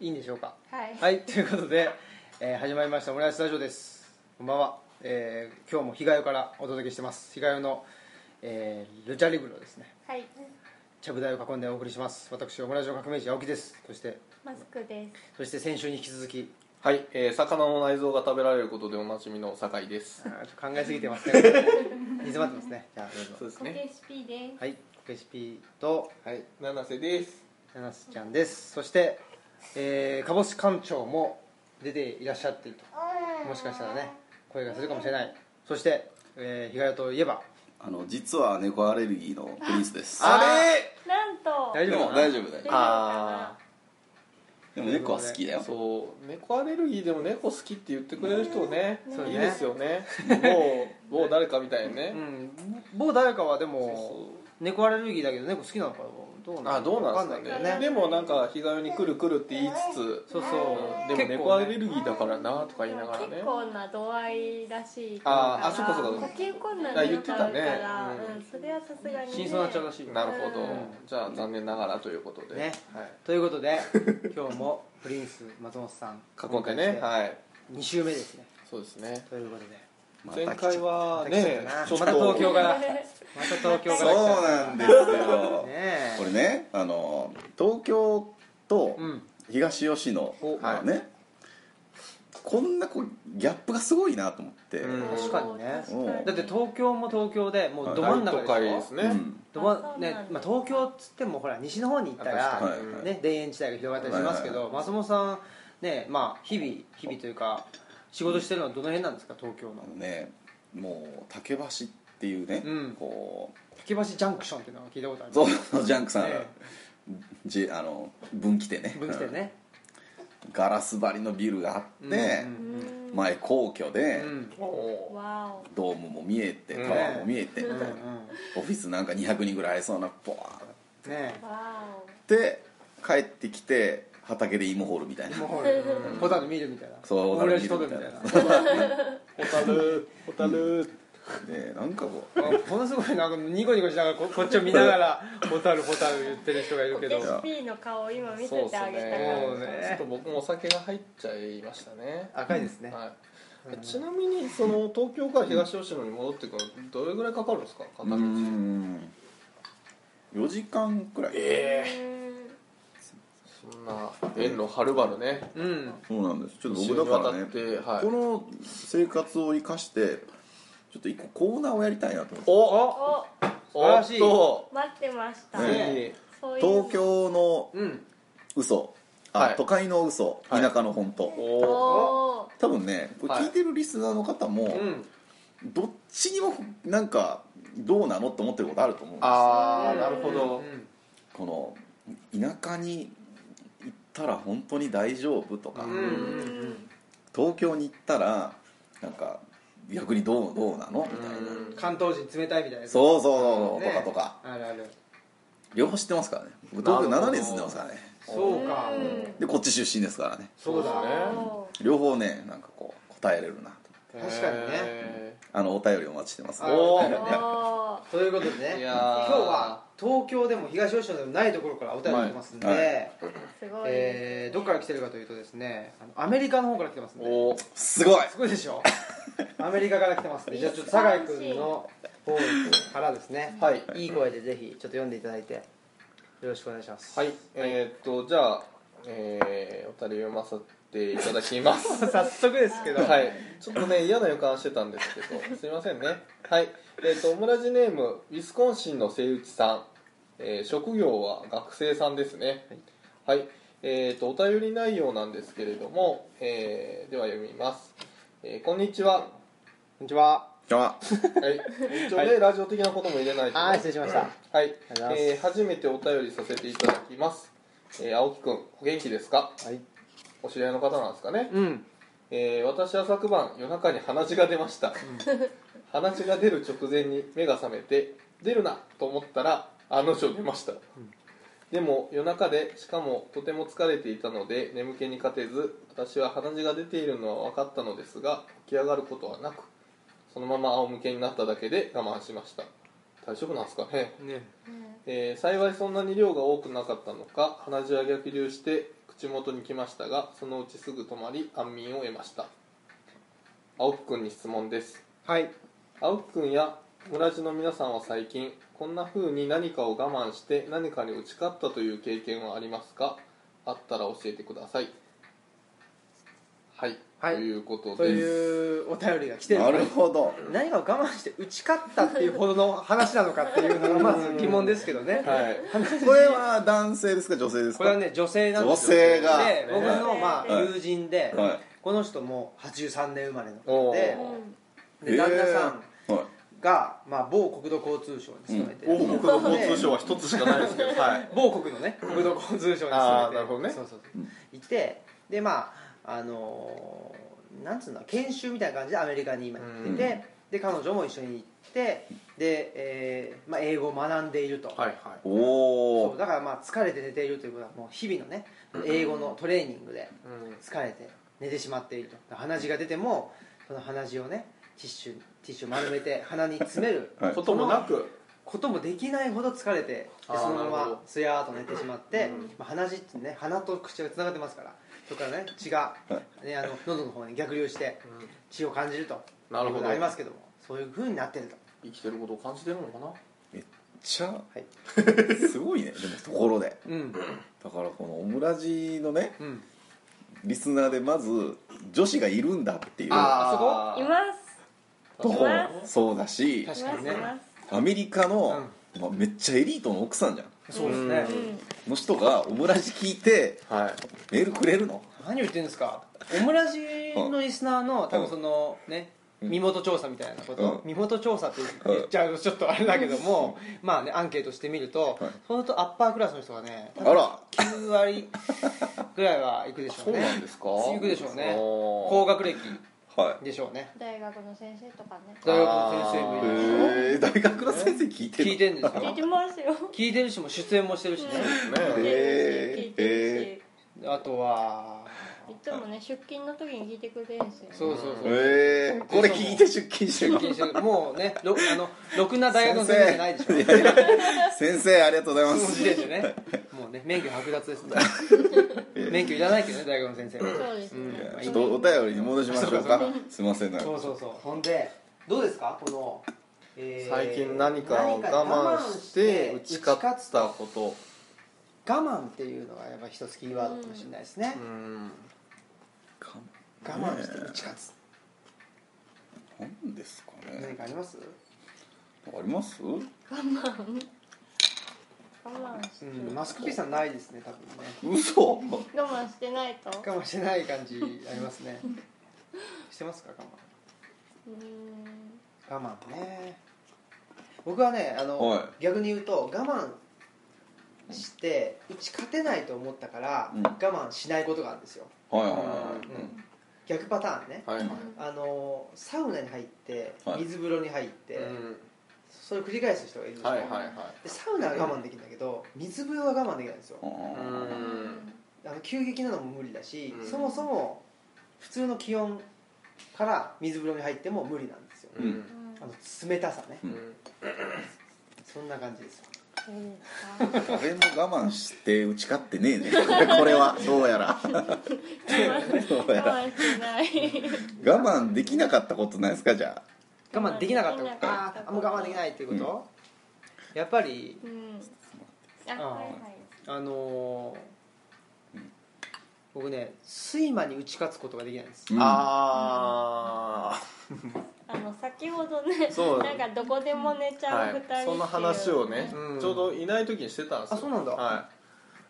いいんでしょうかはいはいということで、えー始まりましたオムライススタジオですこんばんは、えー今日も日替えからお届けしてます日替えの、えールチャリブロですねはいちゃぶ台を囲んでお送りします私オムライスの革命児青木ですそしてマスクですそして先週に引き続きはい、えー魚の内臓が食べられることでおなじみの酒井ですあ。ーちょっと考えすぎてますね 煮詰まってますねじゃあどうぞそうですコケね。シピですはいレシピとはい、七瀬です。七瀬ちゃんですそして、えー、かぼす館長も出ていらっしゃっているともしかしたらね声がするかもしれないそして、えー、日替えといえばあの実は猫アレルギーのプリンスですあなんと大で丈夫もかな大丈夫だよあでも猫は好きだーよそう、猫アレルギーでも猫好きって言ってくれる人ねそう、ねいいですよね。 もう、もう誰かみたいにねう。ん某誰かはでもそ猫アレルギーだけど猫好きなのかなどうなのあ、どうなんわですかけどね。でも、なんか、膝上にくるくるって言いつつ。そうそううんで結構も、ね猫アレルギーだからなとか言いながらね結。構な度合いらしいあーだあそっかそっかそっか呼吸困難になっちゃうからあ言ってたねうんそれはさすがにね真相になっちゃうらしいなるほどうん。じゃあ、残念ながらということで。ねはい。ということ で今日もプリンス松本さん囲んでね。はい。 2週目ですねそうですね。ということでま前た来回ちゃっはまねた来ちゃったなちょっとまた東京からまた東た京かそら来うちゃっなんですたよねえこれねあの東京とうん東吉野おのね、こんなこうギャップがすごいなと思って、うん確かにね確かにだって東京も東京でもうど真ん大中都でしょ会ですうね。んど真んあそうなんだねまあ、東京っつってもほら西の方に行ったら、確かにね、田園地帯が広がったりしますけど、は松本さんねまあ日々日々というか仕事してるのはどの辺なんですか東京のあのねもう竹橋っていうね、うんこ竹橋ジャンクションっていうのは聞いたことあうるゾウのジャンクさん、えじあの分岐点ね分岐点ね、うんガラス張りのビルがあって、うん前皇居で、うんおーわおドームも見えてタワーも見えてみたいな、オフィスなんか200人ぐらい入りそうなボワー っねわて帰ってきて畑で芋掘るみたいなえもうほらホタル見るみたいなそうオムライス食べるみたいホな ホタル、ホタル。でなんかこうあものすごいなんかニコニコしながらここっちを見ながらホタルホタル言ってる人がいるおコケけシどピの顔今見そうせってあげたかそらうっすねちょっと僕もお酒が入っちゃいましたね赤いですね、はい、ちなみにその東京から東吉野に戻ってくるのどれぐらいかかるんですか片う道ん4時間くらい、うんそんな縁のはるばるねうんそうなんですちょっと僕だからね一周にわたってはいこの生活を生かしてちょっと一個コーナーをやりたいなと思っておお素晴らしいおっ待ってましたとつねいにそういう東京のうん嘘あ、はい都会の嘘はい田舎の本当、おおおー多分ねこれはい聞いてるリスナーの方も、うんどっちにもなんかどうなのって思ってることあると思うんですああなるほどうんこの田舎に行ったら本当に大丈夫とか、ううんうん東京に行ったらなんか逆にどうどうなのみたいな、うんうん関東人冷たいみたいなそうそうそう、ねとかとかあるある両方知ってますからね僕東京なるほど7年住んでますからねそうかうんでこっち出身ですからねそうだねお両方ねなんかこう答えれるなと確かにねへあのお便りお待ちしてますあおーおーということでねい今日やーは東京でも東吉野でもないところからお便り来てますんで、はいすごいえーどこから来てるかというとですねあのアメリカの方から来てますんーでおーすごいすごいでしょアメリカから来てますんでじゃあちょっと酒井君の方からですねはいいい声でぜひちょっと読んでいただいてよろしくお願いしますはいえーっとじゃあえーお二人読ませていただきます 早速ですけどはい、ちょっとね嫌な予感してたんですけどすいませんねはいえっ、とオムラジネームウィスコンシンのセイウチさん、えー職業は学生さんですねはい、えっ、とお便り内容なんですけれども、えーでは読みます、えーこんにちはこんにちは今日ははい一応ね、ラジオ的なことも入れないとあー失礼しましたはいありがとうございますえー初めてお便りさせていただきます、えー青木くんお元気ですかはいお知り合いの方なんですかねうんえー私は昨晩夜中に鼻血が出ました、鼻血が出る直前に目が覚めて出るなと思ったらあの女出ました、でも夜中でしかもとても疲れていたので眠気に勝てず私は鼻血が出ているのは分かったのですが起き上がることはなくそのまま仰向けになっただけで我慢しました大丈夫なんですかねねうんえー幸いそんなに量が多くなかったのか鼻血は逆流して口元に来ましたがそのうちすぐ止まり安眠を得ました青木くんに質問ですはい青木くんや村地の皆さんは最近こんな風に何かを我慢して何かに打ち勝ったという経験はありますかあったら教えてくださいはい、はいということとですいうお便りが来てるなるほど何かを我慢して打ち勝ったっていうほどの話なのかっていうのがまず疑問ですけどねはいこれは男性ですか女性ですこかれはね女性なんですよ女性がで僕のまあはい友人ではこの人も83年生まれの方おでーいで旦那さんえーはいがまあ某国土交通省に勤めて王国の交通で省は一つしかないですけどはい某国のね国土交通省に勤めてあーなるほどねそうそうそううんいてでまああのーなんつうの研修みたいな感じでアメリカに今行ってて、で彼女も一緒に行ってで、えーまあ、英語を学んでいると、はいはいおそうおだからまあ疲れて寝ているということはもう日々のね英語のトレーニングでうん疲れて寝てしまっていると鼻血が出てもその鼻血をねティッシュティッシュ丸めて鼻に詰めるはいこともなくこともできないほど疲れてであーそのまなるほまどすやーっと寝てしまって、うんまあ、鼻血ってね鼻と口がつながってますからそこ からね血が、ね、あの喉の方に逆流して血を感じるとなるいうことほどがありますけどもそういうふうになってると生きてることを感じてるのかなじゃはいあ すごいねでもところでうんだからこのオムラジのねうんリスナーでまず女子がいるんだっていうとあいーますこいろまもそうだし確いかまにすねいますアメリカの、まあ、めっちゃエリートの奥さんじゃんそうですね、うんの人がオムラジ聞いてはいメールくれるの何を言ってるんですかオムラジのリスナーの多分そのねうん身元調査みたいなこと、うん身元調査って言っちゃうとちょっとあれだけども、まあねアンケートしてみると、はい相当アッパークラスの人がね多あ分ら9割ぐらいはいくでしょそううねなんですか行くでしょうね高高学歴はでしょうね大学の先生とかね大学の先生もいいるしへえ大学の先生聞いてる聞いてるんですよ聞いてますよ聞いてるしも出演もしてるしね、聞いてねねるし聞いてるしえあとはいつもね出勤の時に聞いてくれるんですよそうそうそう、へえこれ聞いて出勤して出る勤してるもうねろあのろくな大学の先生じゃないでしょいやいや先生ありがとうございまそのす時点でねもうね免許剥奪ですね免許いらないけどね大学の先生はそうですねうんちょっとお便りに戻しましょうかすいませんなんかそうそうそうほんでどうですかこの、えー最近何かを何か我慢して打我慢ちして勝ったこと我慢っていうのがやっぱ一つキーワードかもしれないですね、うん我慢して打ち勝つ何ですか何ねかありますあります我慢しうてんマスクピーさんないですね多分ね嘘 我慢してないと我慢してない感じありますねしてますかうーん我慢我慢ね僕はねあの、は逆に言うと我慢して打ち勝てないと思ったから、うん我慢しないことがあるんですよ、はいはいうん逆パターンね、はいはいあのサウナに入ってはい水風呂に入って、うんそれを繰り返す人がいるんですよ、はいはいはでサウナは我慢できるんだけど水風呂は我慢できないんですよいうはいんあの急激なのも無理だし、うんそもそも普通の気温から水風呂に入っても無理なんですよ、ううんあの冷たさねうそんな感じですよそうですか誰も我慢して打ち勝ってねえ ねこれはどうやらどうやら我慢してない我慢できなかったことないですかじゃ我慢できなかったこ 我慢できとなかあったこーとあもう我慢できないっていうこと、やっぱりうんああーはいはいあのー僕ね睡魔に打ち勝つことができないんです、うんああの先ほどねそうなんかどこでも寝ちあゃう二人っていう、はいその話をねうんちょうどいない時にしてたんですよあそうなんだは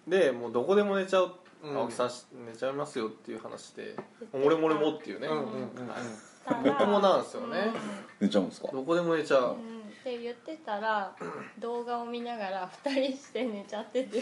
いでもうどこでも寝ちゃううん青木さん寝ちゃいますよっていう話で俺も俺もっていうねうんうんうんはいたら僕もなんですよねあ寝ちゃうんですかどこでも寝ちゃうううんんって言ってたら 動画を見ながら二人して寝ちゃってて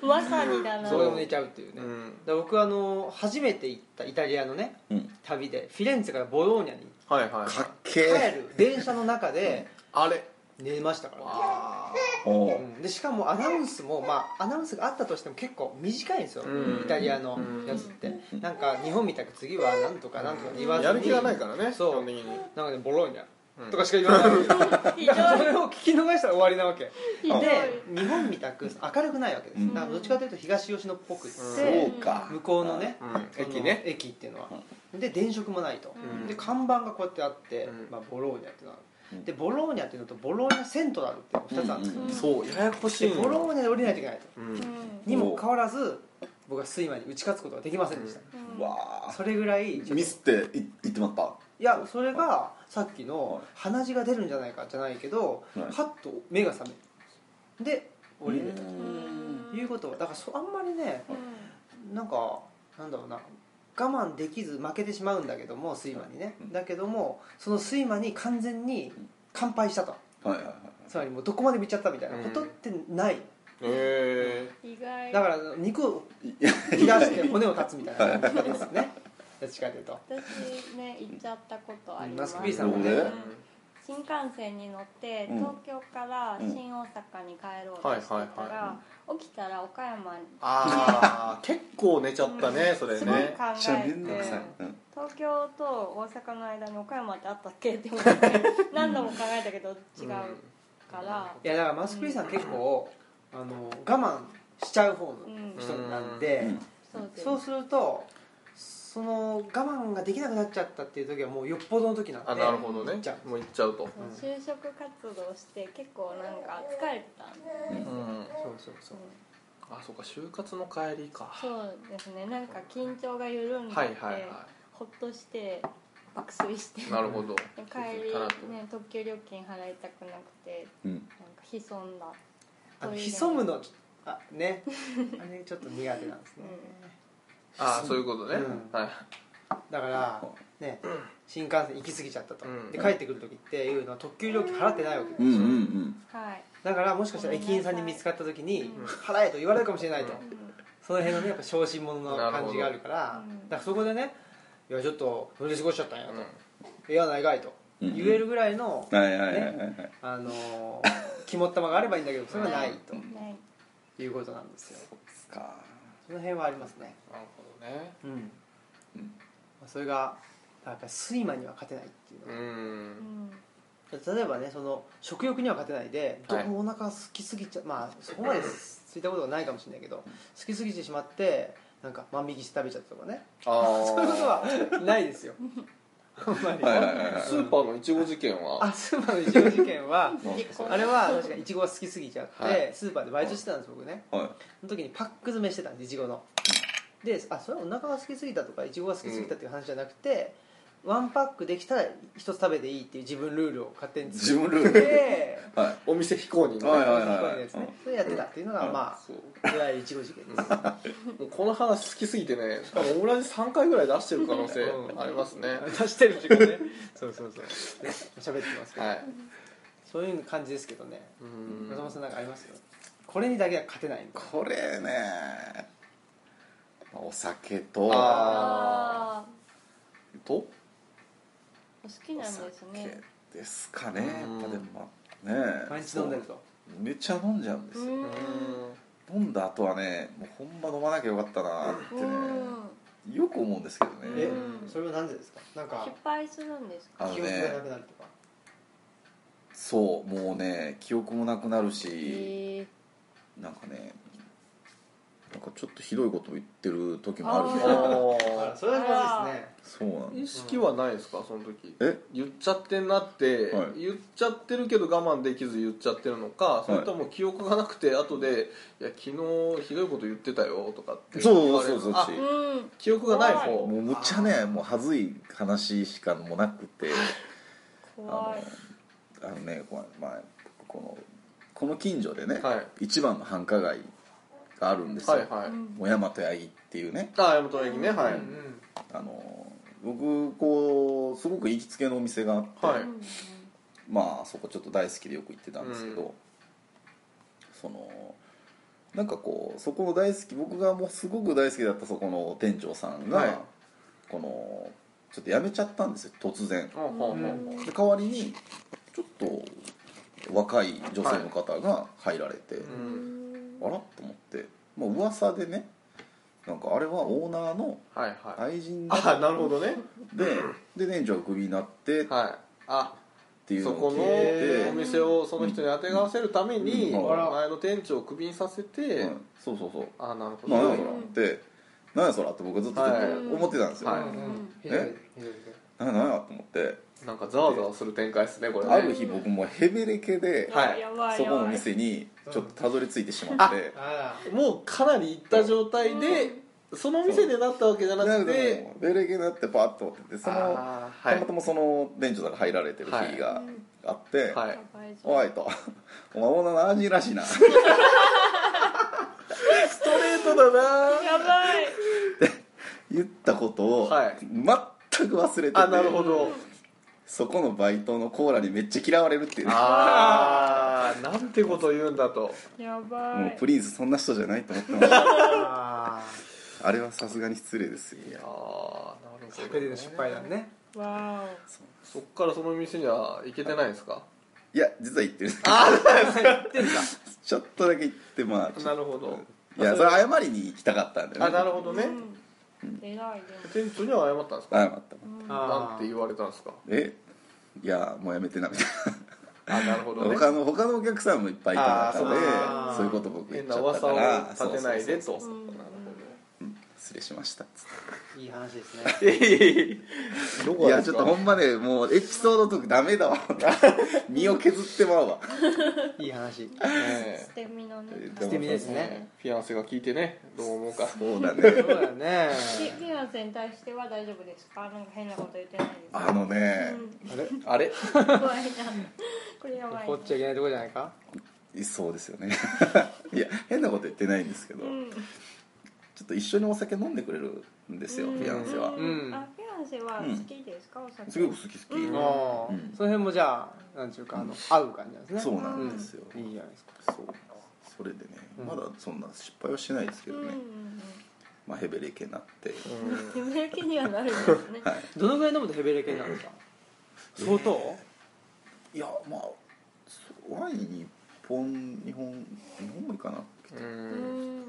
まさにだなそれも寝ちゃうっていうね、うだかんら僕あのー初めて行ったイタリアのねうん旅でフィレンツェからボローニャにはいはいかっ帰けえる電車の中であれ寝ましたからねあおううんでしかもアナウンスも、まあ、アナウンスがあったとしても結構短いんですよ、うんイタリアのやつって、なんか日本みたく次はなんとかなんとか言わずにやる気がないからねそう基本的になんかねボローニャとかしか言わないわけひどだ いからそれを聞き逃したら終わりなわけひどいで日本みたく明るくないわけです、うんだからどっちかというと東吉野っぽくって、そうか向こうのね、うんその駅ね駅っていうのはで電飾もないと、うんで看板がこうやってあって、うんまあ、ボローニャっていうのがあうるんでボローニャっていうのとボローニャセントラルっていうのが2つあるんですよ、うんそうややこしいでボローニャで降りないといけないとうんうにもかかわらず僕は睡魔に打ち勝つことができませんでした、んうわあそれぐらいミスってい言ってまったいやそれがさっきの鼻血が出るんじゃないかじゃないけど、はいはっと目が覚めるで降りるうとんいうことはだからそあんまりねうなんかなんだろうな我慢できず負けてしまうんだけども睡魔にね、うんだけどもその睡魔に完全に乾杯したとはいはいはいつまりもうどこまで見ちゃったみたいなことってない、へん意外だから肉をいや切らして骨を断つみたいな感じですねどっちかというと私ね行っちゃったことありマますスクビーさんもねなるえほど新幹線に乗ってうん東京から新大阪に帰ろうとしてたはいはいはら起きたら岡山にああ 結構寝ちゃったねそれすごいね考えじゃあめんどくさいてうん東京と大阪の間に岡山ってあったっけって思って何度も考えたけど違うからいやだからマスクリーさん結構、あの我慢しちゃう方の人なんで、うんそうですそうするとその我慢ができなくなっちゃったっていう時はもうよっぽどの時なんであなるほど行ねっちゃうもう行っちゃうとそう就職活動して結構なんか疲れてたんでうんそうそうそうあそうか就活の帰りかそうですねなんか緊張が緩んでて、はいはいはほっとして爆睡していなるほどで帰そうかなとり、ね、特急料金払いたくなくてうんなんか潜んだあのトイレ潜むのあねあれちょっと苦手なんですね、ああそういうことねうんはいだからね新幹線行き過ぎちゃったと、うんで帰ってくる時っていうのは特急料金払ってないわけですうよ、んうんはい、だからもしかしたら駅員さんに見つかった時にうん「払え」と言われるかもしれないと、ううんその辺のねやっぱ小心者の感じがあるからなるほどうんだからそこでね「いやちょっと乗り過ごしちゃったんや」うんと「ええやないかい」とう言んえるぐらいのうんはいはいはいはいはいあのー肝っ玉があればいいんだけどそれはないとないいうことなんですよですかその辺はありますねなるほどねうんうんまあそれがやっぱり睡魔には勝てないっていううのうんん例えばねその食欲には勝てないでどはいうもお腹空きすぎちゃまあそこまで空いたことがないかもしれないけど空きすぎてしまってなんか万引きして食べちゃったとかねああそういう ことはないです よあんまりはいはいはいはいスーパーのいちご事件はあスーパーのイチゴ事件 は実行あれは確かにイチゴが好きすぎちゃって、はいスーパーでバイトしてたんです僕ねはいその時にパック詰めしてたんですいちごのであそれはお腹が好きすぎたとかいちごが好きすぎたっていう話じゃなくて、ワンパックできたら一つ食べていいっていう自分ルールを勝手に自作分ルーっルてはお店非公認はいはいそはういいうやつねそれやってたっていうのがうんまそうあいわゆるいちご事件ですもうこの話好きすぎてね多分オムラジ3回ぐらい出してる可能性うんありますね出してる時間 ねそうそうそう喋ってますけど、はいそういう感じですけどねうん松本さんなんかありますよこれにだけは勝てないみたいなこれねお酒とああとーお好きおなんです酒ねですかねやっうんぱでもね毎日飲んでるとそうめっちゃ飲んじゃうんでうすんよ飲んだ後はねもうほんま飲まなきゃよかったなってうんねよく思うんですけどえねうんそれは何でですかなんか失敗するんですかあの記憶がなねくなるとかそうもうね記憶もなくなるしへーなんかねなんかちょっとひどいこと言ってる時もああるねああらーそれはまずいですねそうなん意です識はないですかその時え言っちゃってんなって、はい言っちゃってるけど我慢できず言っちゃってるのかそれとも記憶がなくて後で「いや昨日ひどいこと言ってたよ」とかって言そわうれるそうそうあそううん記憶がないも方うむっちゃねもう恥ずい話しかもうなくて怖いあのねこう、まあ、このこの近所でね、はい一番の繁華街があるんですよ、はいはい、うんもう大和八木っていうねああ山本駅ねはい、うんうんあの僕こうすごく行きつけのお店があって、はいうんまあそこちょっと大好きでよく行ってたんですけど、うんそのなんかこうそこの大好き僕がもうすごく大好きだったそこの店長さんが、はいこのちょっと辞めちゃったんですよ突然ほうほうほううんで代わりにちょっと若い女性の方が入られて、ううんんあらと思ってまあ噂でねなんかあれはオーナーのはいはい愛人あだなるほどねでで店長がクビになっはていあっていうそのこを聞のいおて、店をその人に当てがわせるためにうんあら前の店長をクビにさせて、うんそうそうそうああなるほど、何やんそだらろうって何やそらって僕はずっとちょっと思ってたんですよ、はいうんうんえひどいひどいな何やと思ってなんかざわざわする展開ですねこれねある日僕もヘベレケではいやばいそやこのばい店にちょっとたどり着いてしまってあもうかなり行った状態で、その店でなったわけじゃななくんかてもうヘベレケになってパッと思っててその、あーはたまいたまその店長さんが入られてる日があって、はいはいおいと お前女の味らしいな っストレートだなやばいて言ったことをはい全く忘れてて、あなるほどそこのバイトのコーラにめっちゃ嫌われるっていうねああなんてこと言うんだとやばいもうプリンスそんな人じゃないと思ってました らああれはさすがに失礼ですよいやーなるほど、ね、ー作りの失敗だねわそっからその店には行けてないんですかいや実は言ってる行ってんだちょっとだけ言ってまあちょっとなるほどいやそれ謝りに行きたかったんだよねあなるほおどね、偉いでも店長には謝ったんですか謝ったなんてう言われたんですかえいやもうやめてなみたいあなるほな、どね他の他のお客さんもいっぱいいた中であーそういうこと僕言っ変ちゃなっ噂たかをら立てないでそうそうそうとうんなる失礼しましたっつっいい話ですねほどいていやちょっとほんまねもうエピソードトークダメだわ 身を削ってまうわいい話捨て身のねで捨もて身ですねねフィアンセが聞いてねどう思 うかそうだねそうだよ ねピピアンセに対しては大丈夫ですかなんか変なこと言ってないですかあのね、うあれあれん怖いなこれやばい怒っちゃいけないとこじゃないかそうですよね いや変なこと言ってないんですけど、うんちょっと一緒にお酒飲んでくれるんですよ、うんフィアンセうは、んあフィアンセは好きですかお酒すごく好き好ああき、うんその辺もじゃあなんていうかあの合う感じなんですねそうなんですよ、いいじゃないですかそうそれでね、うんまだそんな失敗はしてないですけうんどうね、んまあ、ヘベレケになって、うんうん夢焼けにはなるんですねはいどのぐらい飲むとヘベレ系なんですか相当いやまあそうワイン日本日本日本もいいかなううんん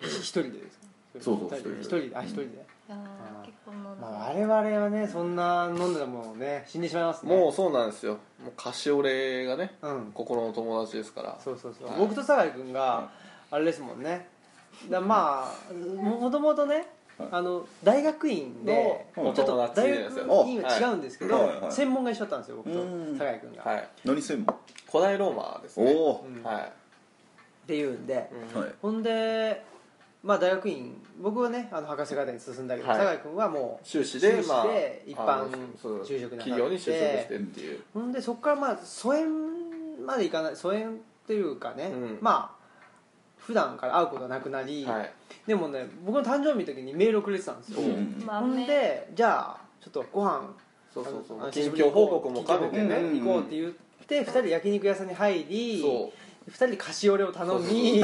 一人でですかそうそ二う人で一一人人でであ一人でいやあーー結構飲んだまあ我々はねそんな飲んでたらもうね死んでしまいますねもうそうなんですよもうカシオレがねうん心の友達ですからそうそうそう、はい僕と酒井君があれですもんねだまあもともとね、はいあの大学院でちのょっとお友大達学ですよ院は違うんですけど、はいはいはい専門が一緒だったんですよ僕うんと酒井君が、はい何専門古代ローマですおねおうんっはていうんでい、うんー、はいほんでまあ大学院僕はねあの博士課程に進んだけど、はい酒井君はもう修士で修士でまあ一あ般のそう就職なさって企業に就職してっていうほんでそこからまあ疎遠までいかない疎遠っていうかね、うんまあ普段から会うことはなくなり、はいでもね僕の誕生日の時にメールをくれてたんですよ、うんうんまあほんでじゃあちょっとご飯そうそうそあのう近況報告も兼ねて近況報ね告ね行こうって言って2人で焼肉屋さんに入りそ2人で菓子折れを頼み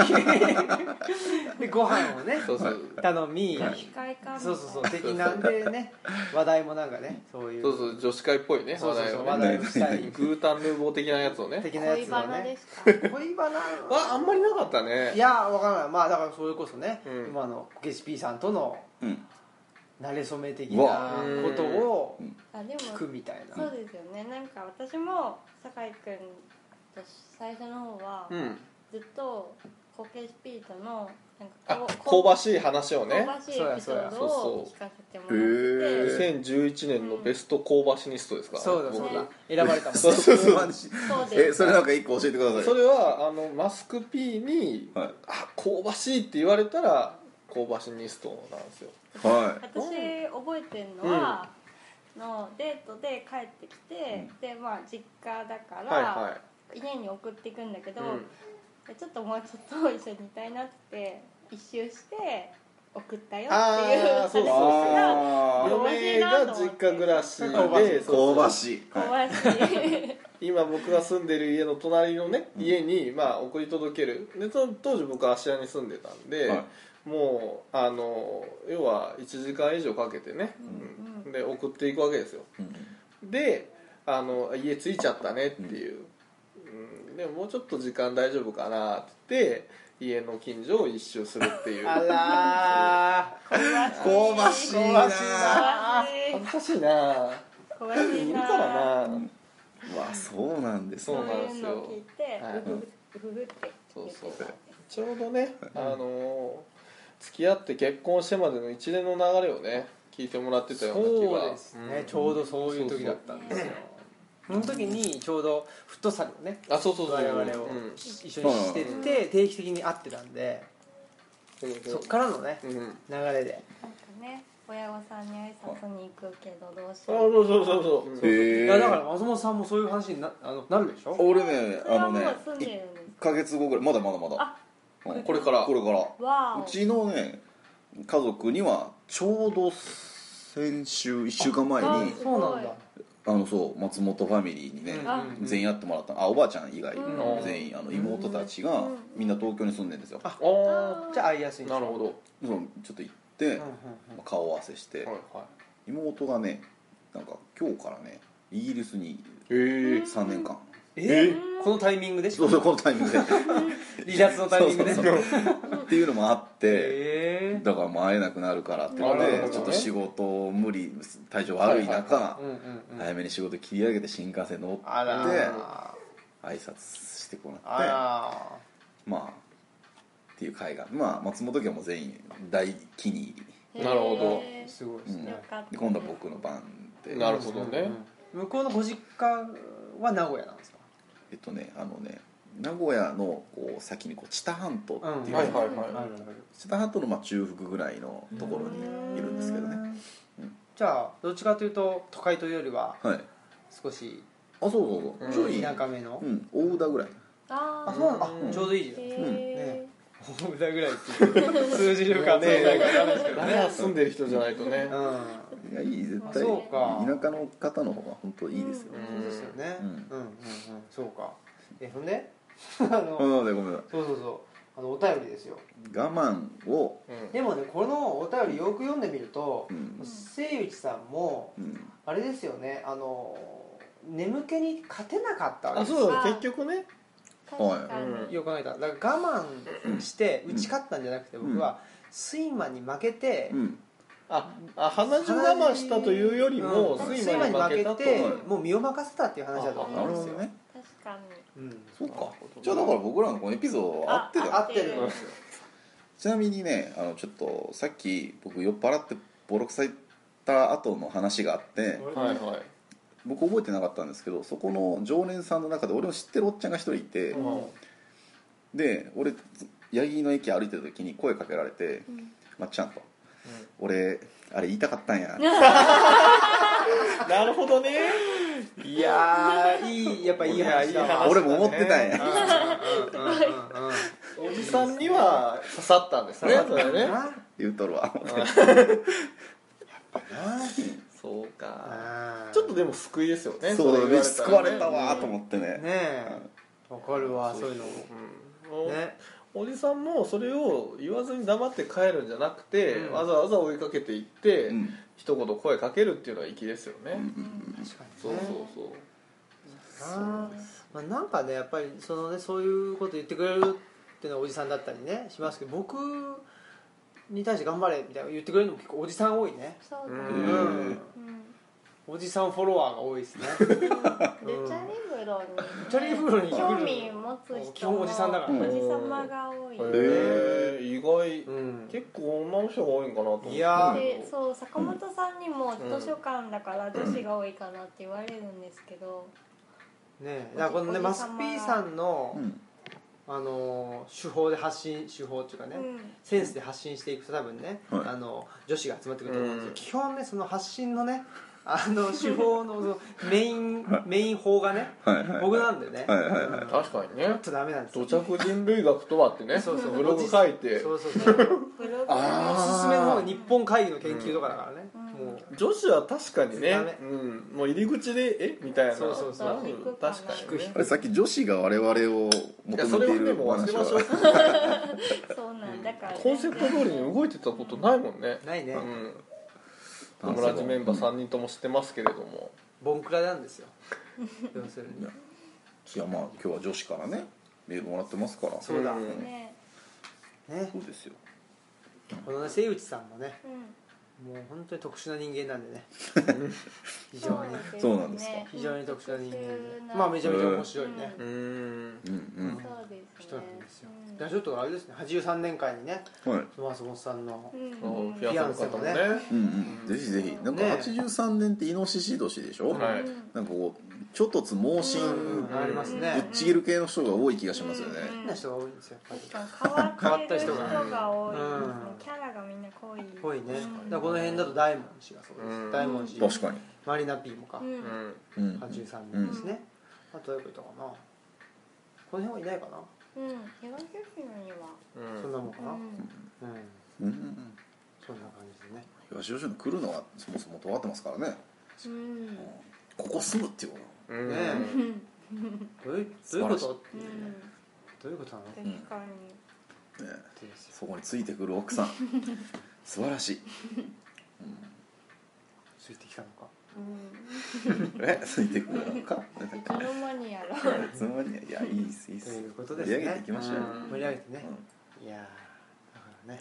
でご飯をねうそうそう頼み機械感そうそうそう的なんでね話題もなんかねそういうそうそう女子会っぽいねそう話そう題そうを話ね題をしたりグータンヌーボー的なやつをね的なや恋つをバナねですか恋バナああんまりなかったねいやわからないまあだからそれこそね、うん今のゲシピーさんとのうん慣れ初め的うなわことをあでも聞くみたいなそうですよねなんか私も酒井君と最初の方はうんずっとコケスピートのなあんか香ばししい話をい香ねばしいエピソードを聞かせてもらそうやっそうてや2011年のベスト香ばしニストですからねそうだ僕そうねだ選ばれたもんねそうそうそうマジそうでえすそれなんか一個教えてくださいそれはあのマスク P にはい「あ香ばしい」って言われたら香ばしニストなんですよは私覚えてるのは、のデートで帰ってきて、でまあ実家だかはいはらい家に送っていくんだけど、うんちょっともうちょっと一緒にいたいなって一周して送ったよっていうあーそうそう話があー嫁が実家暮らしでー香ばいしいはい怖いし、今僕が住んでる家の隣のね家にまあ送り届けるでその当時僕は芦屋に住んでたんで、はもうあの要は1時間以上かけてね、うで送っていくわけですようんであの家着いちゃったねっていう、うんでももうちょっと時間大丈夫かなって言って家の近所を一周するっていうあら香ばしいーな香ばしいな怖いーし恥ずかしいなぁ怖いしいるなからなぁわあそうなんですそうねいうのを聞いてそうなんうですよふふふふって言ってそうそうちょうどね、あのー付き合って結婚してまでの一連の流れをね聞いてもらってたような気がそうですね、ちょうどそういう時だったんですよその時にちょうどフットサルをねあそうそうそう我々をうん一緒にしてて定期的に会ってたんでそっからのねうんうん流れでなんかね親御さんに挨拶に行くけどどうしあようそうそうそうそう、へえいやだから松本さんもそういう話になあのなるでしょ俺ねそあれはのもねう住んでるんで1すヶ月後ぐらいまだまだまだあうんこれからこれからわうおちのね家族にはちょうど先週1週間前あにそうなんだあのそう松本ファミリーにね、あ全員会ってもらったのあおばあちゃん以外、うん全員あの妹たちがうんみんな東京に住んでるんですよ、ああじゃあ会いやすいあなるほどそうちょっと行って、うんうんうん顔合わせして、はいはい妹がねなんか今日からねイギリスにへえ3年間、えこのタイミングでしそょうそうこのタイミン グで離脱のタイミングでそうそうそうっていうのもあって、へえだからもう会えなくなるからってことなるで、ほどねちょっと仕事無理体調悪い中、うんうんうん早めに仕事切り上げて新幹線乗ってあら挨拶してこなあってらまあっていう会がまあ松本家も全員大気に入りへーなるほどすごいですねよかったで今度は僕の番でなるほどねうん向こうのご実家は名古屋なんですかえっとねあのね名古屋のこう先にこう知多半島っていう、うんはいはいはいある知多半島のまあ中腹ぐらいのところにいるんですけどねじゃあどっちかというと都会というよりははいあ少しそうそうそうちょい、田舎めのうん、大宇田ぐらいああそうなんだうんあちょうどいいじゃんへ大宇田ぐらいっていう通じるかねね長く住んでる人じゃないとねういやいい絶ん対そうか田舎の方の方が本当いいですよ、そうですよねうんうんうんうんそうかえほんで あのあなのでごめんなさそうそうそうあのお便りですよい我慢を、うんでもねこのお便りよく読んでみるとうん清内さんもうん、あれですよねあの眠気に勝てなかったわけあですそうだねあ結局ねー確かにはいよく考えたらだから我慢して打ち勝ったんじゃなくてうん僕は睡魔に負けてうん、ああ鼻血我慢したというよりもうん睡睡魔魔にに負負けけたとてはいもう身を任せたっていう話だとな思るうんほですどよね確かにうんそうかほどじゃあだから僕らのこのエピソードは合ってたよ合ってる合ちなみにねあのちょっとさっき僕酔っ払ってボロくさいた後の話があってはいはい僕覚えてなかったんですけどそこの常連さんの中で俺の知ってるおっちゃんが一人いて、うんで俺八木の駅歩いてる時に声かけられてうん「まっちゃん」と「俺あれ言いたかったんや」なるほどねいやーいいやっぱいい話だわいやいい話俺も思ってたんやうんうんうんうんうんおじさんには刺さったんですねそれねな言うとる わそうかあーちょっとでも救いですよねそうだれ言われたらねね救われたわと思ってねねえわかるわそういうのもうんねおじさんもそれを言わずに黙って帰るんじゃなくて、うんわざわざ追いかけていって、うん一言声かけるっていうのは粋ですよね、確かそうにねそうそうあーまあ、なんかねやっぱりその、ね、そういうこと言ってくれるっていうのはおじさんだったりねしますけど僕に対して頑張れみたいな言ってくれるのも結構おじさん多いね、そううだうねんん、うんおじさんフォロワーが多いですねルチャリブロに、ルチャリブロに来る興味持つ人基本おじさんだからねおじさまが多い、へへえ意外、うん結構女の人が多いんかなと思っていやーでそう坂本さんにも図書館だから女子が多いかなって言われるんですけど、ねだからこのねおマじスさピまーさんの、うんあのー手法で発信手法っていうかね、うんセンスで発信していくと多分ね、はいあの女子が集まってくると思うんですうよん基本ねその発信のねあの手法のそのメインメイン法がねはいはい僕なんでね、はいはいはいうん確かにちょねっとダメなんですよ土着人類学とはってねそうそうブログ書いてそうそうそうブログおあすすめの方が日本会議の研究とかだからね、うんもう女子は確かにねダメ、うん、もう入り口でえみたいなそうそうそうなん確かに、ねあ、れさっき女子が我々をいや求そめれはていねるもう忘れましょうそうなんだから、コンセプト通りに動いてたことないもんねないねうんあ友達メンバーそう3人とも知ってますけれども、ボンクラなん ですよ要するにいやまあ今日は女子からねメールもらってますからそうだ、うんねねそうですよこのね瀬内さんもねうんもう本当に特殊な人間なんでね非常にそうですよねそうなんですか非常に特殊な人間特殊でなまあめちゃめちゃ面白いねううーんうんうそうんですね人なんですようんだからちょっとあれですね83年間にねはい松本さんのうあんフィアンセの方もねうんうん、ぜひぜひなんかね83年ってイノシシ年でしょ、はういんなんかこうちょっとつ猛進、うんぶありますっねちぎる系の人が多い気がしますよね、変な人が多いんですよやっぱり確かに変わってる人が多いですねうんキャラがみんな濃いぽいねだうんからこの辺だと大文字がそううでんす大文字確かに、マリナピーもかうんうんうん、 83年ですねあと誰かいたかなこの辺はいないかなうん岩崎にはうんそんなもんかなううんんうんうんそんな感じでね東吉野来るのはそもそもとわってますからね、うんうんここ住むっていうこうんねどういうどういうことっていううんねどういうことなのって確かにと、ね、いうですよそこについてくる奥 さん素晴らしい、ついてきたのかうんうん、えついてくるの かいつの間にやろいやいつの間にいやいいっすいいっとすいうことですね盛り上げていきましょうよん盛り上げてねういやーだからね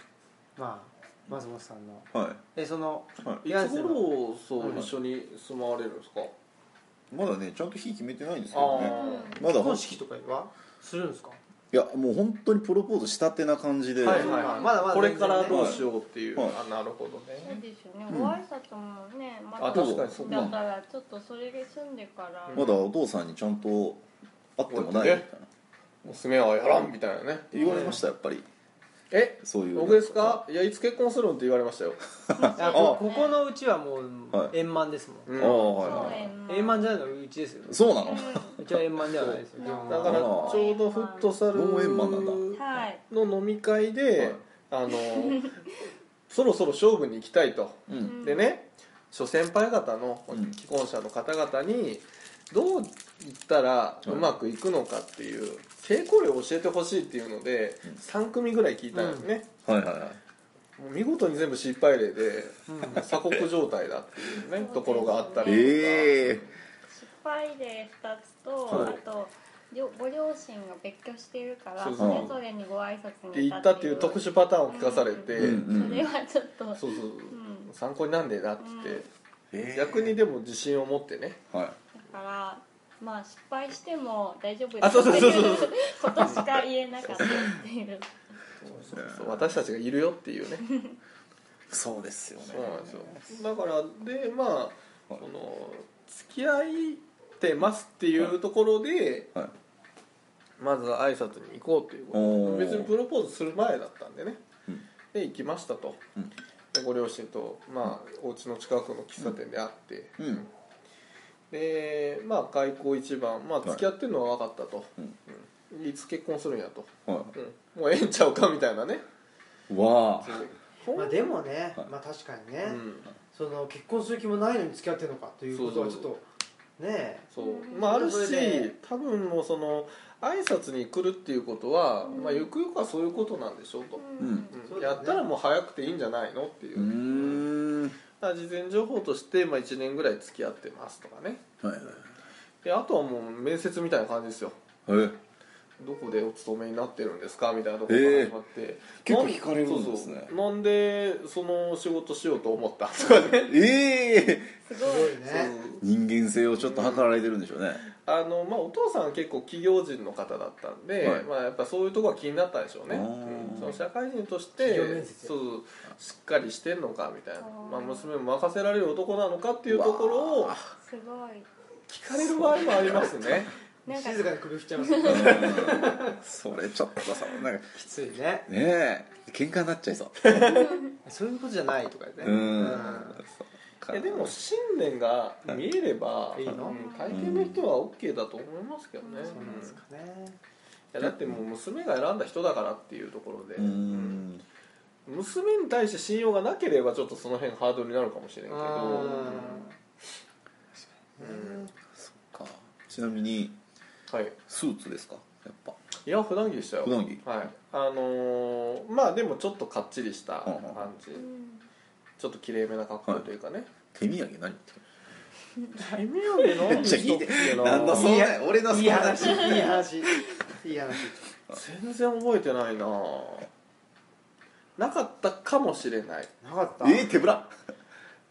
まあ松本さんのんはいえそのはいいつ頃そう一緒に住まわれるんですかまだねちゃんと日決めてないんですけどねうま結だほん婚い式とかはするんですかやもう本当にプロポーズしたてな感じで、はいはいまだまだ全こ然れねからどうしようっていう、はいあなるほどそうねですよねご挨拶もねまあだ確かにそうだんからちょっとそれで住んでからまだお父さんにちゃんと会ってもないみたいなこ娘はやらんみたいなね言われましたやっぱりえそういう僕ですかいやいつ結婚するんって言われましたよいやこここのうちはもうはい円満ですもん、うんああはいそうはい円円満じゃないのはうちですよそうなのうちは円満ではないですよそうだからちあーょうどフットサルノー円満なんだはいの飲み会で、あのそろそろ勝負に行きたいとうんでね諸先輩方のうん既婚者の方々にどう言ったらうまくいくのかっていう成功例を教えてほしいっていうのでうん3組ぐらい聞いたんですね、はいはいはいもう見事に全部失敗例でうん鎖国状態だって いうねうんところがあったりとか、ええ失敗例2つと、はいあと両ご両親が別居しているからそうそそうれぞれにご挨拶ってに言ったっていう特殊パターンを聞かされて、うんそれはちょっとそうそう、ん参考になんねえなって言って、ええ逆にでも自信を持ってねはいだからまあ失敗しても大丈夫あそうそうそうってそういうことしか言えなかったっていうそう私たちがいるよっていうねそうですよねそうなんですよだからでまあ、はいその付き合ってますっていうところで、はいまず挨拶に行こうということおーで別にプロポーズする前だったんでね、うんで行きましたと、うんでご両親と、まあ、お家の近くの喫茶店で会って、うんでまあ開口一番、まあ、い付き合ってるのは分かったと、ううんんいつ結婚するんやと、はうんもうええんちゃうかみたいなねいわあまあでもね、はいまあ確かにね、うんその結婚する気もないのに付き合ってるのかということはちょっとねそううんまああるしそれで多分もうその挨拶に来るっていうことは、うんまあゆくゆくはそういうことなんでしょうと、うんうんそうだやねったらもう早くていいんじゃないのっていうう、んだから事前情報として、まあ、1年ぐらい付き合ってますとかねはいはいであとはもう面接みたいな感じですよえどこでお勤めになってるんですかみたいなところから始まって、結構なん聞かれるんですねそうそうなんでその仕事しようと思ったとかね ええすすごごいいそうね人間性をちょっと図られてるんでしょうねあのまあ、お父さんは結構企業人の方だったんで、はいまあ、やっぱそういうところは気になったでしょうね、あーうんその社会人とし企業て面接そうしっかりしてんのかみたいなあーまあ、娘も任せられる男なのかっていうところをわすごい聞かれる場合もありますねなんか静かに首振っちゃいますね うんそれちょっとさなんかきついねねえ喧嘩になっちゃいそうそういうことじゃないとかねうんい やでも信念が見えれば、いいのうん大抵の人は OK だと思いますけどね、うんそうなんですかねいやだってもう娘が選んだ人だからっていうところで、うん娘に対して信用がなければちょっとその辺ハードルになるかもしれんけうどんうんかちなみにはいスーツですかやっぱいや普段着でしたよ普段着はいあのーまあでもちょっとかっちりしたうんうん感じ、うんちょっときれいめな格好というかね、手土産何って意味より何にしとっけななんだそいうねや俺のいい話いい話いい話全然覚えてないななかったかもしれないなかったえー、手ぶら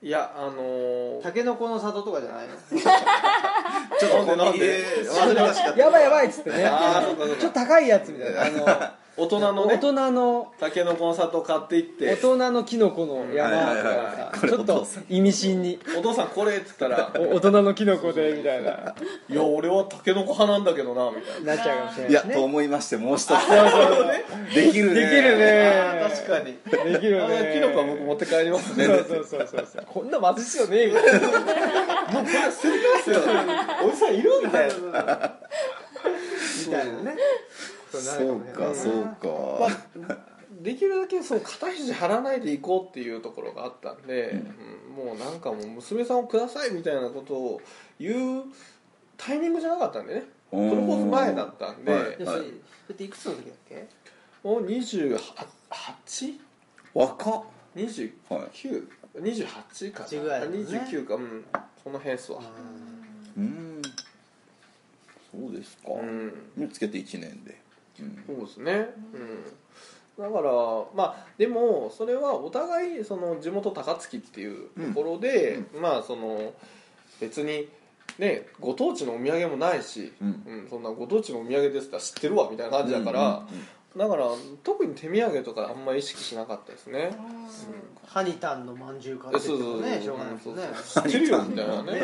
いやあのたー、けのこの里とかじゃないのちょっとなんでえー忘れましたやばいやばいっつって ねあーそうかそうかちょっと高いやつみたいなあの大人の大ね人のたけのこの里買っていって大人のキノコの山とはいはいかはいさこれちょっおと父さ意味深にお父さんこれっつったらお大人のキノコでみたいな「いや俺はたけのこ派なんだけどな」みたいななっちゃうかもしれないいやしねと思いましてもう一つそうそうそうできるねできるねあー確かにできるあーねキノコは僕持って帰りますねそうそうそうそうそうこんな貧しいよねみたいなもうこれすりますよおじさんいるみたいなみたいなねそうかそううまあ、かできるだけその肩肘張らないでいこうっていうところがあったんで、うんもうなんかもう娘さんをくださいみたいなことを言うタイミングじゃなかったんでねプうんロポーズ前だったんで、はいだっていくつの時だっけもう 28?29?28 若っかな、 28ぐらいだね29かうんその辺っすわうーんそうですかうん見つけて1年でうんそうですねうんだからまあでもそれはお互いその地元高槻っていうところで、まあその別にねご当地のお土産もないし、うんうんそんなご当地のお土産ですったら知ってるわみたいな感じだから、だから特に手土産とかあんま意識しなかったですね、ハニタンの饅頭買ってきたとかねしょうがないですよね知ってるよみたいなねね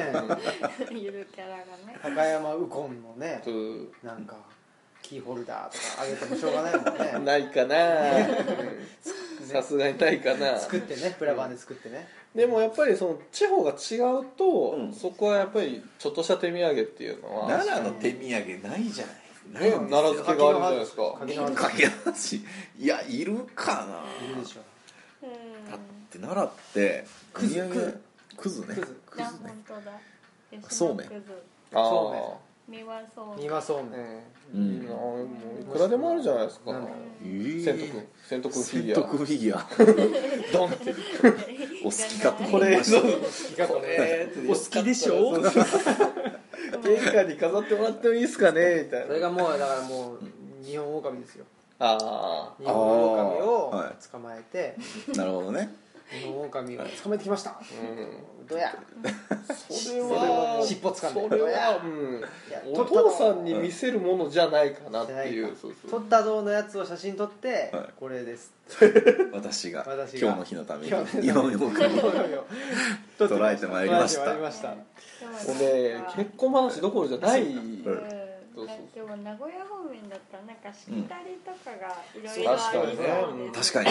ゆるキャラがね高山ウコンのねうん なんかキーホルダーとかあげてもしょうがない もんねない かなさすがにないかな作ってねプラバンで作ってねでもやっぱりその地方が違うと、うんそこはやっぱりちょっとした手土産っていうのは奈良の手土産ないじゃないね奈良漬けがあるじゃないですか柿の葉かけなしいやいるかいるなでしょうんだって奈良ってクズお土産クズねクズいや本当だそうめん吉野葛あ三輪そうめん三輪そうめあんねういいんなもういくらでもあるじゃないですかなんだえ 千と君ー千と君フィギュ千とア君フィギュアドンってお好きかとこ思いれましたこれってお好きでしょそうそう玄関に飾ってもらってもいいですかねみたいそれながもうだからもう日本狼ですよあ日本狼をあーはい捕まえてなるほどね日本狼を捕まえてきましたあうんどやそれは尻尾掴んでそれはうんいやお父さんに見せるものじゃないかなっていうんうそうそ撮うったぞのやつを写真撮ってはいこれです私が私が今日の日のために今日の日日本語から捉捉えてまいりましたもうね結婚話どころじゃないうん、だでも名古屋方面だったらなんかしきたりとかがいろいろありそうですうん確かにね確かに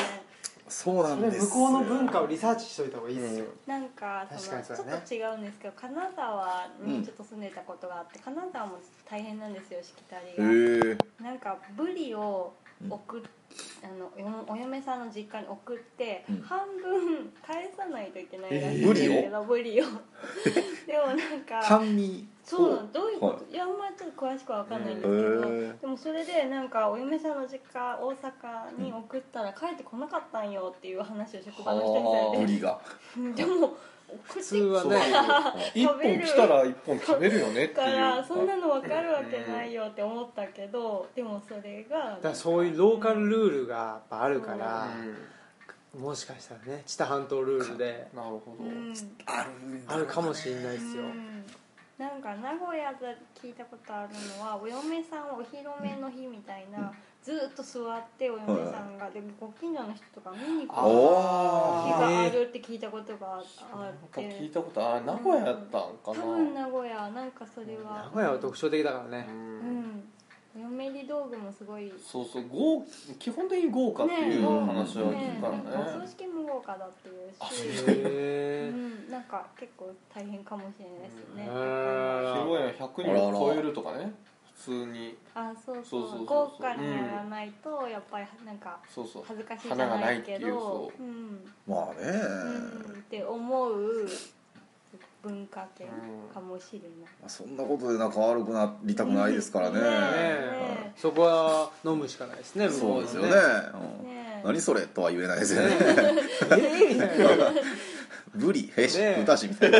そうなそんでれす向こうの文化をリサーチしといた方がいいですよなんかその確かにそうちだょねっと違うんですけど金沢にちょっと住んでたことがあって、金沢も大変なんですよしきたりへが、ーなんかブリを送っあのおお嫁さんの実家に送って、うん半分返さないといけないらしいん ですけど、ブリをでもなんか半身そうなのどういう、、はいやあんまりちょっと詳しくは分かんないんですけへど、ーでもそれでなんかお嫁さんの実家大阪に送ったら帰ってこなかったんよっていう話を職場の人にさブれてリがうんでも送ってきはそう一食べ本る来たら一本食べるよねってたかいらうそんなの分かるわけないよって思ったけどでもそれがだからそういうローカルルールがやっぱあるからうんもしかしたらね知多半島ルールでなるほど、うんあるあるかもしれないですようんなんか名古屋で聞いたことあるのはお嫁さんお披露目の日みたいなずーっと座ってお嫁さんがでご近所の人とか見に来る日おーがあるって聞いたことがあっなんか聞いてたことあれ名古屋やったん多かな、分名古屋なんかそれ名は古屋は特徴的だからねうんうんお嫁入り道具もすごいそうそう豪基本的に豪華っていうね話は聞いたらねねなんかお葬式も豪華だっていうしうへんなんか結構大変かもしれないですねへー披露宴は100人を超えるとかね普通にあそうそうそうそうそうそう豪華にやらないとやっぱりなんかそうそう恥ずかしいじゃないけどう、んまあねうん、って思う文化圏かもしれない、まあそんなことで仲悪くなりたくないですからねねえそこは飲むしかないですね向こそううでですすよねねうんねえ何それとは言えないですよねブリへしねえ豚しみたいな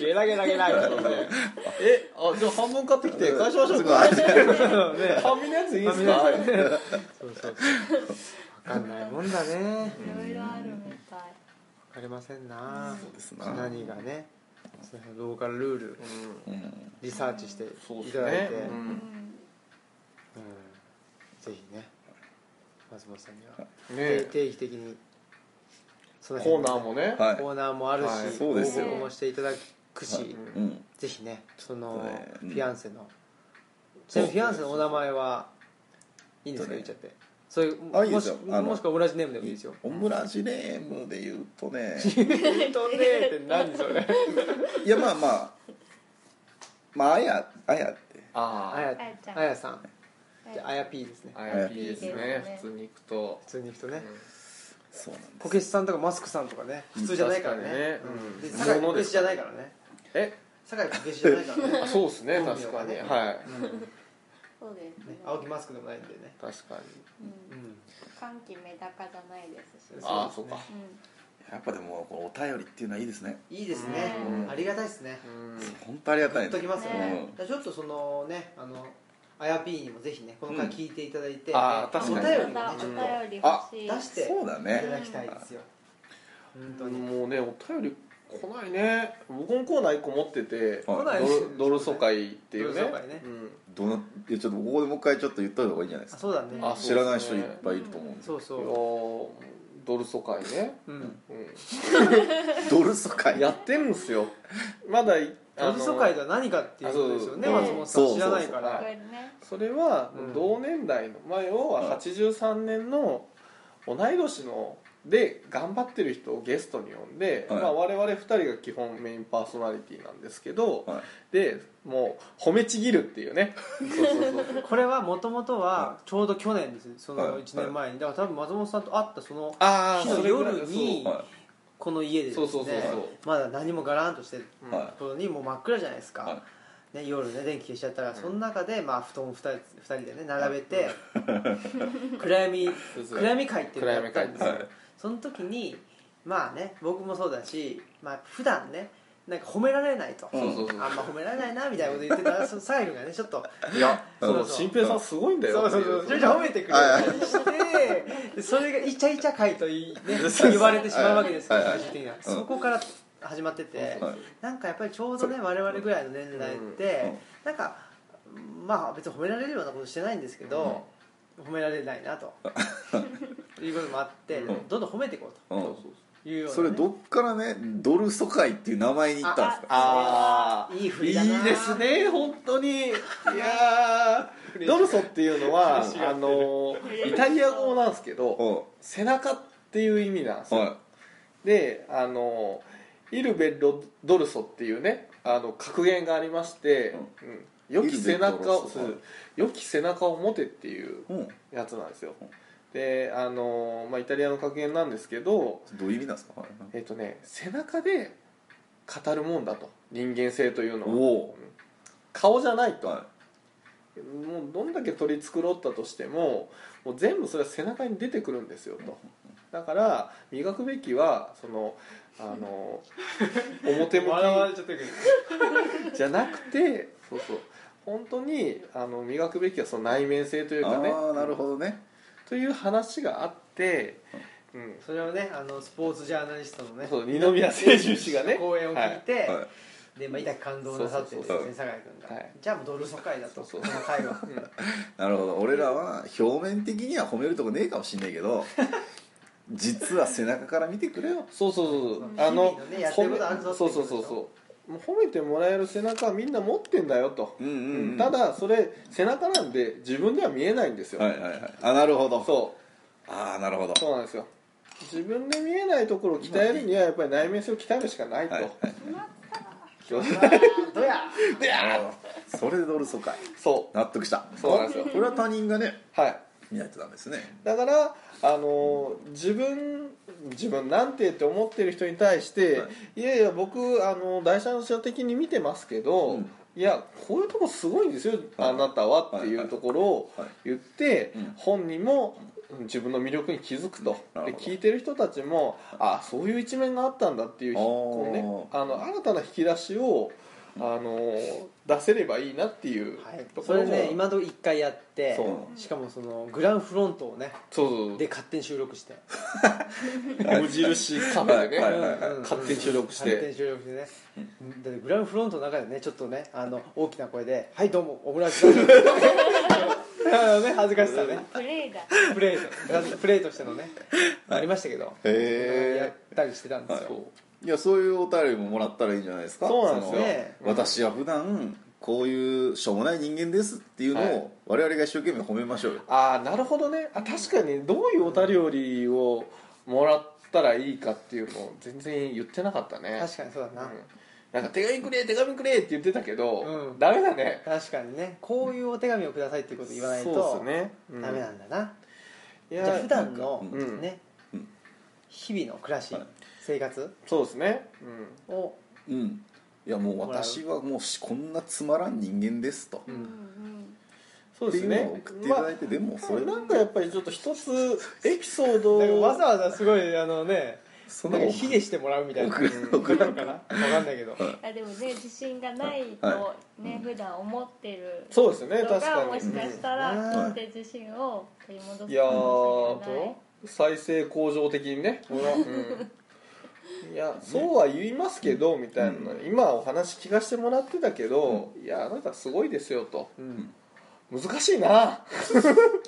ゲラゲラゲラゲラそうねえあじゃあ半分買ってきて返しましょうかすごいそうね半身のやついいです半かそうそうかんないもんだねいろいろあるみたい分かりませんなそうですな何がねそのローカルルールうんリサーチしていそうでたすだいねて、ううんんうんぜひね松本さんには、ね定期的にそのコー辺ナーもね、はいコーナーもあるし、はいそうですよ応募もしていただくし、はいうんうんぜひねそのそうねフうんィアンセの、ちなみにフィアンセのお名前はいいんですかえ言っっとちゃっねてそういうあいいでもすしよあのもしくは同じネームでもいいですよオムラジネームで言うとね本当ねって何それいやまあまあまああやあやってあ あやあやちゃんあやさんはいじゃああや P ですねああやぴーですあねやぴーですね普通に行くと普、通に行くとね、そうなんでこけしさんとかマスクさんとかね普通じゃないからね確かにねうんうでん酒井こけしじゃないものですかかららねねえ酒井こけしじゃないからね あそうですね本名確かにがねはいそうですねね青木マスクでもないんでね確かにうん歓喜メダカじゃないですしそうですねああそうかうやっぱでもこのお便りっていうのはいいですねいいですねうんありがたいですねうん本当ありがたグいッときますよねねうだんからちょっとそのねあのあや P にもぜひねこの回聞いていただいてうんあーお確便かにりんもねまちたょっお便りあ欲しいと出してそうだいたねだきたいですよ本当にもうねお便り来ないね僕もコーナー1個持っててはい来ないですよねドル疎開っていうねドル疎開ねうんどのいやちょっとここでもう一回ちょっと言っといた方がいいんじゃないであすかそうだねあ知らない人いっぱいいると思うんでそういそやうードル疎開ね、うんうドル疎開ん、やってんすよまだいドあのル疎開とは何かっていうことですよねあそう松本さんそう知らないかそうこられねそれはうん同年代の、まあ要はいは83年の同い年ので頑張ってる人をゲストに呼んで、はいまあ、我々2人が基本メインパーソナリティなんですけど、はいでもう褒めちぎるっていうねそうそうそうこれはもともとはちょうど去年ですそはのい1年前にだから多分松本さんと会ったその ああ日の夜にはこの家でですねそうそうそうそうまだ何もガランとしてるいは頃にもう真っ暗じゃないですいか、はね、夜ね電気消しちゃったら、その中で、まあ、布団を 2, 人二人でね並べて、 暗闇そうそう暗闇会っていうのをやったんですよ、暗闇会はいその時にまあね僕もそうだし、まあ普段ねなんか褒められないと、うんそうそうそうあんま褒められないなみたいなこと言ってたらそのサイルがねちょっといやそうそう新平さんすごいんだよそうそうそうそれじゃあ褒めてくれたりしてそれがイチャイチャ会と言い、ね、言われてしまうわけですけどはいはい最終的にはそこから始まっててはいなんかやっぱりちょうどね我々ぐらいの年代ってなんかまあ別に褒められるようなことしてないんですけど褒められないなということもあってうんどんどん褒めていこううんそうそうというようなねそれどっからねドル疎開っていう名前に行ったんですかああいい振りだないいですね本当にいやードルソっていうのは嬉しがあってるのイタリア語なんですけどう背中っていう意味なんですんよ、はであのイルベロドルソっていうねあの格言がありまして、うん良き背中イルベドルをソそう良き背中を持てっていういうんやつなんですようんであの、まあ、イタリアの格言なんですけどどういう意味なんですかはいえっ、とね背中で語るもんだと人間性というのはお顔じゃないと、おはもうどんだけ取り繕ったとしてももう全部それは背中に出てくるんですよとだから磨くべきはそのあの表向笑われきちゃってるけどじゃなくてそうそう本当にあの磨くべきはその内面性といいうかねああなるほどねという話があって、うん、それをねあのスポーツジャーナリストのねそう二宮清純氏がね講演を聞いて、はで、まあ、痛く感動なさってるんですそねうそう酒井君が、はいじゃあもうドル疎開だとそうそうこの会はなるほど俺らは表面的には褒めるとこねえかもしんないけど実は背中から見てくれよそうそうそうそううんあの日々のねやってることあるぞってそいううそことうでしょそうそうもう褒めてもらえる背中はみんな持ってんだよと、うんうんうんただそれ背中なんで自分では見えないんですよ、はいはいはいあなるほどそああなるほどうそうなんですよ自分で見えないところを鍛えるにはやっぱり内面性を鍛えるしかないと、はいはいどうやであーそれでドル疎開そ納得したそうなんですよこれは他人がねうはい見ないとダメですねだからあのー自分自分なんてって思ってる人に対して、、はいやいや僕あの第三者的に見てますけど、うんいやこういうとこすごいんですよ、はいあなたはっていはいうところをはい言って、うん本人もうん自分の魅力に気づくと、なでるほど聞いてる人たちもあそういう一面があったんだっていうあーこう、ね、あの新たな引き出しをあのー出せればいいなっていうはいと、こそろれもね今のところ1回やってそうしかもそのグランフロントをねそうそうで勝手に収録してそう無印カフェでね、はいはいはい勝手に収録して勝手に収録してねだってグランフロントの中でねちょっとねあの大きな声で「はいどうもオムライスです」 あのね恥ずかしさねプレイだプレートプレーとしてのねありましたけどやっへたりしてたんですよそうえいやそういうお便りももらったらいいんじゃないですかそうなんですよのね私は普段こういうしょうもない人間ですっていうのはを我々が一生懸命褒めましょうよああなるほどねあ確かにどういうお便りをもらったらいいかっていうのを全然言ってなかったね確かにそうだなうん、なんか手紙くれ手紙くれって言ってたけど、うんダメだね確かにねこういうお手紙をくださいっていうこと言わないそうとですね、うんダメなんだないじやゃあ普段のなんかうんねうん日々の暮らしはい生活そうですね、うん、をうんいやもう私はもうしこんなつまらん人間ですと、ううんんうんそうってですいうのねを送っていただいて、でもそれなんかやっぱりちょっと一つエピソードなんかをわざわざすごいあのねそなんか卑下してもらうみたいな送る送なのかなわかんないけどあでもね自信がないはとね、普段思ってるそうですね人確かがにもしかしたうんら聞いて自信を取り戻すかもしいれやないー再生向上的にね、うんいやそうは言いますけどみたいな、う今お話聞かせてもらってたけど、いやあなたすごいですよとうん難しいなあ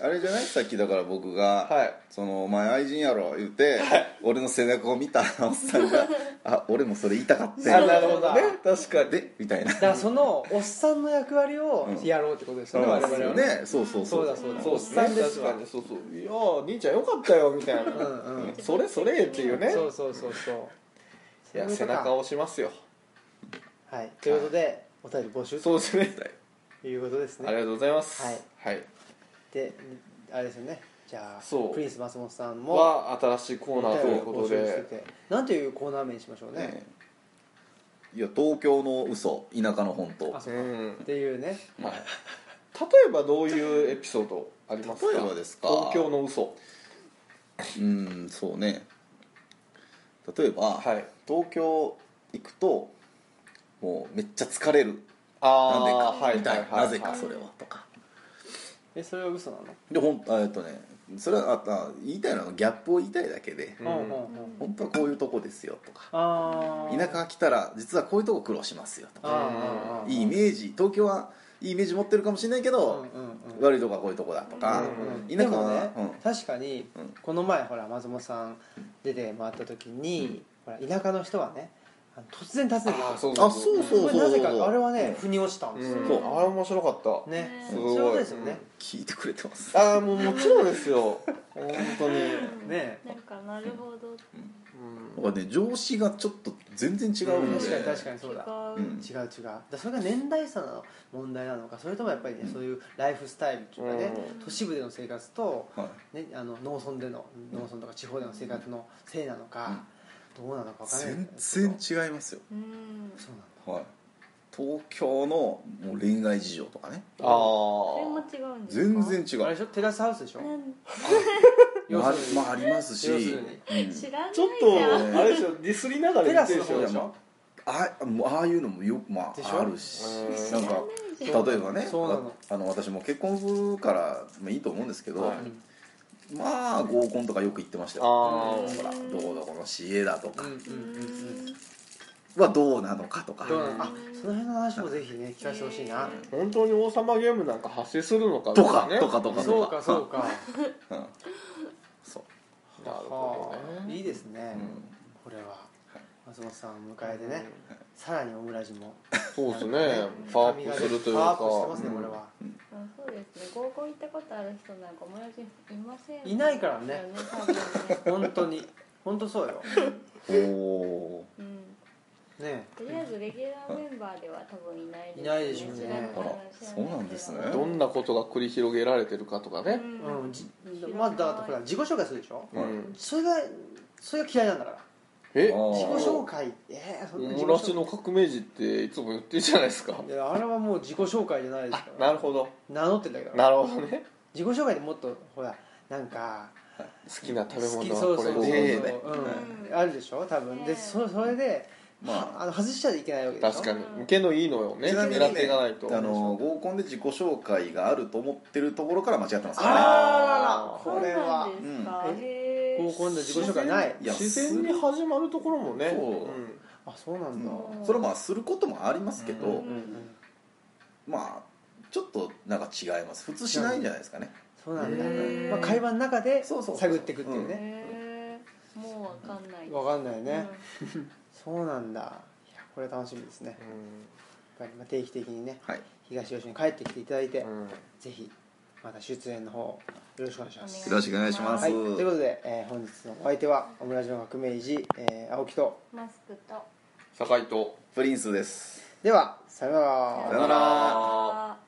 れじゃないさっきだから僕が、はいそのお前愛人やろ言って、俺の背中を見たおっさんが「あ俺もそれ言いたかっあたよなるほどね確かにで」みたいなだからそのおっさんの役割をやろうってことですよね、そう我です々よはねねそうそうそそううだそうだそうおでっすさねんです確わかにそうそういやー兄ちゃんよかったよみたいな、うんうんそれそれっていうねそうそうそうそういいや背中を押しますよはいということでお便り募集そうですねということですありねがとうございますはい、はい、であれですよねじゃあそうプリンス松本さんもは新しいコーナーということお便りを募集してでてなんていうコーナー名にしましょうねねいや東京の嘘田舎の本当あそううかんっていうねはい、例えばどういうエピソードありますか例えばですか東京の嘘うんそうね例えば、はい東京行くともうめっちゃ疲れるなんでか、あーはいみたいな、はいはいなぜかはいそれはとかえそれは嘘なのでほんあえっとねそれはああ言いたいのはギャップを言いたいだけで、うんうんうんうん本当はこういうとこですよとかあー田舎が来たら実はこういうとこ苦労しますよとあかーあーあーいいイメージ東京はいいイメージ持ってるかもしれないけど、うんうんうん悪いとこはこういうとこだとか、うん田で舎もはね、うん確かにうんこの前ほら松本さん出て回った時に、ほら田舎の人はねあの突然訪ねてあーそうあそうそこうれなぜかあれはね腑に落ちたんですよ、うん、そうあれ面白かった、ねすそうごいいうことですよね、聞いてくれてますああもうもちろんですよ本当に、うんねなんかなるほど違うんなんかね上司がちょっと全然違ううんんで、確かに確かにそうだ、う、うん違う違うだからそれが年代差の問題なのかそれともやっぱりね、そういうライフスタイルっていうかね、うん都市部での生活と、はいね、あの農村での農村とか地方での生活のせいなのか、どうなのか分からない全然違いますよ、うんそうなんだはい、東京のもう恋愛事情とかねああそれも違うんですか全然違あれうでしょテラスハウスでしょなん要まあするにまあありますし要するにうん知らないちょっじゃんねとあれですよディスりながらテ言ラってスるの方でしでしょょあもうああいうのもよくまでしょああるしうんなんか知らないじゃん例えばねそうなのあの私も結婚するから、まあ、いいと思うんですけど、はいまあ合コンとかよく行ってましたよあうんほらどうだこの CA だとかうんうんうんうんはどうなのかとかどうなのあその辺の話もぜひね聞かせてほしいなあ本当に王様ゲームなんか発生するのかとかみたいなとかとかそうかそうかうんそうなるほはどあねいいですねんこれははい松本さんを迎えてねさらにオムラジもそうですねパワーアップするというパかワーアップしてますねこれはあそうですね合コン行ったことある人なんか友達いませんいないからね多分ね本当に本当そうよおおうんねとりあえずレギュラーメンバーでは多分いないいないでしょうね知らないあらそうなんですねどんなことが繰り広げられてるかとかうね、うんんじまずだからほら自己紹介するでしょうん、それがそれが嫌いなんだからえあー自己紹介えーそオんな自己紹ムラ介ジの革命児っていつも言ってるじゃないですかいやあれはもう自己紹介じゃないですからなるほど名乗ってるだけだからなるほどね自己紹介でもっとほらなんか好きな食べ好き物はこれでねうん、あるでしょ多分ねでそそれでまあの外しちゃいけないわけでしょ確かに受けのいいのをねちなみにね狙っていかないとあの合コンで自己紹介があると思ってるところから間違ってますあらからあそうなんですこか、れはうんへー高校の自己紹介ないいや自然に始まるところもねそううんあそうなんだ、うねそれはまあすることもありますけど、うんうんんまあちょっとなんか違います普通しないんじゃないですかねそうなんだへー、まあ、会話の中でそうそうそう探っていくっていうねへーもうわかんないわかんないね、うんそうなんだいやこれ楽しみですねやっぱりまあ定期的にねはい東吉に帰ってきていただいて、うんうんぜひまた出演の方よろしくお願いしますよろしくお願いします、はい、あとりいうことで、えー本日のお相手はオムラジの革命児、えー青木とマスクと酒井とプリンスですではさようならよならさようなら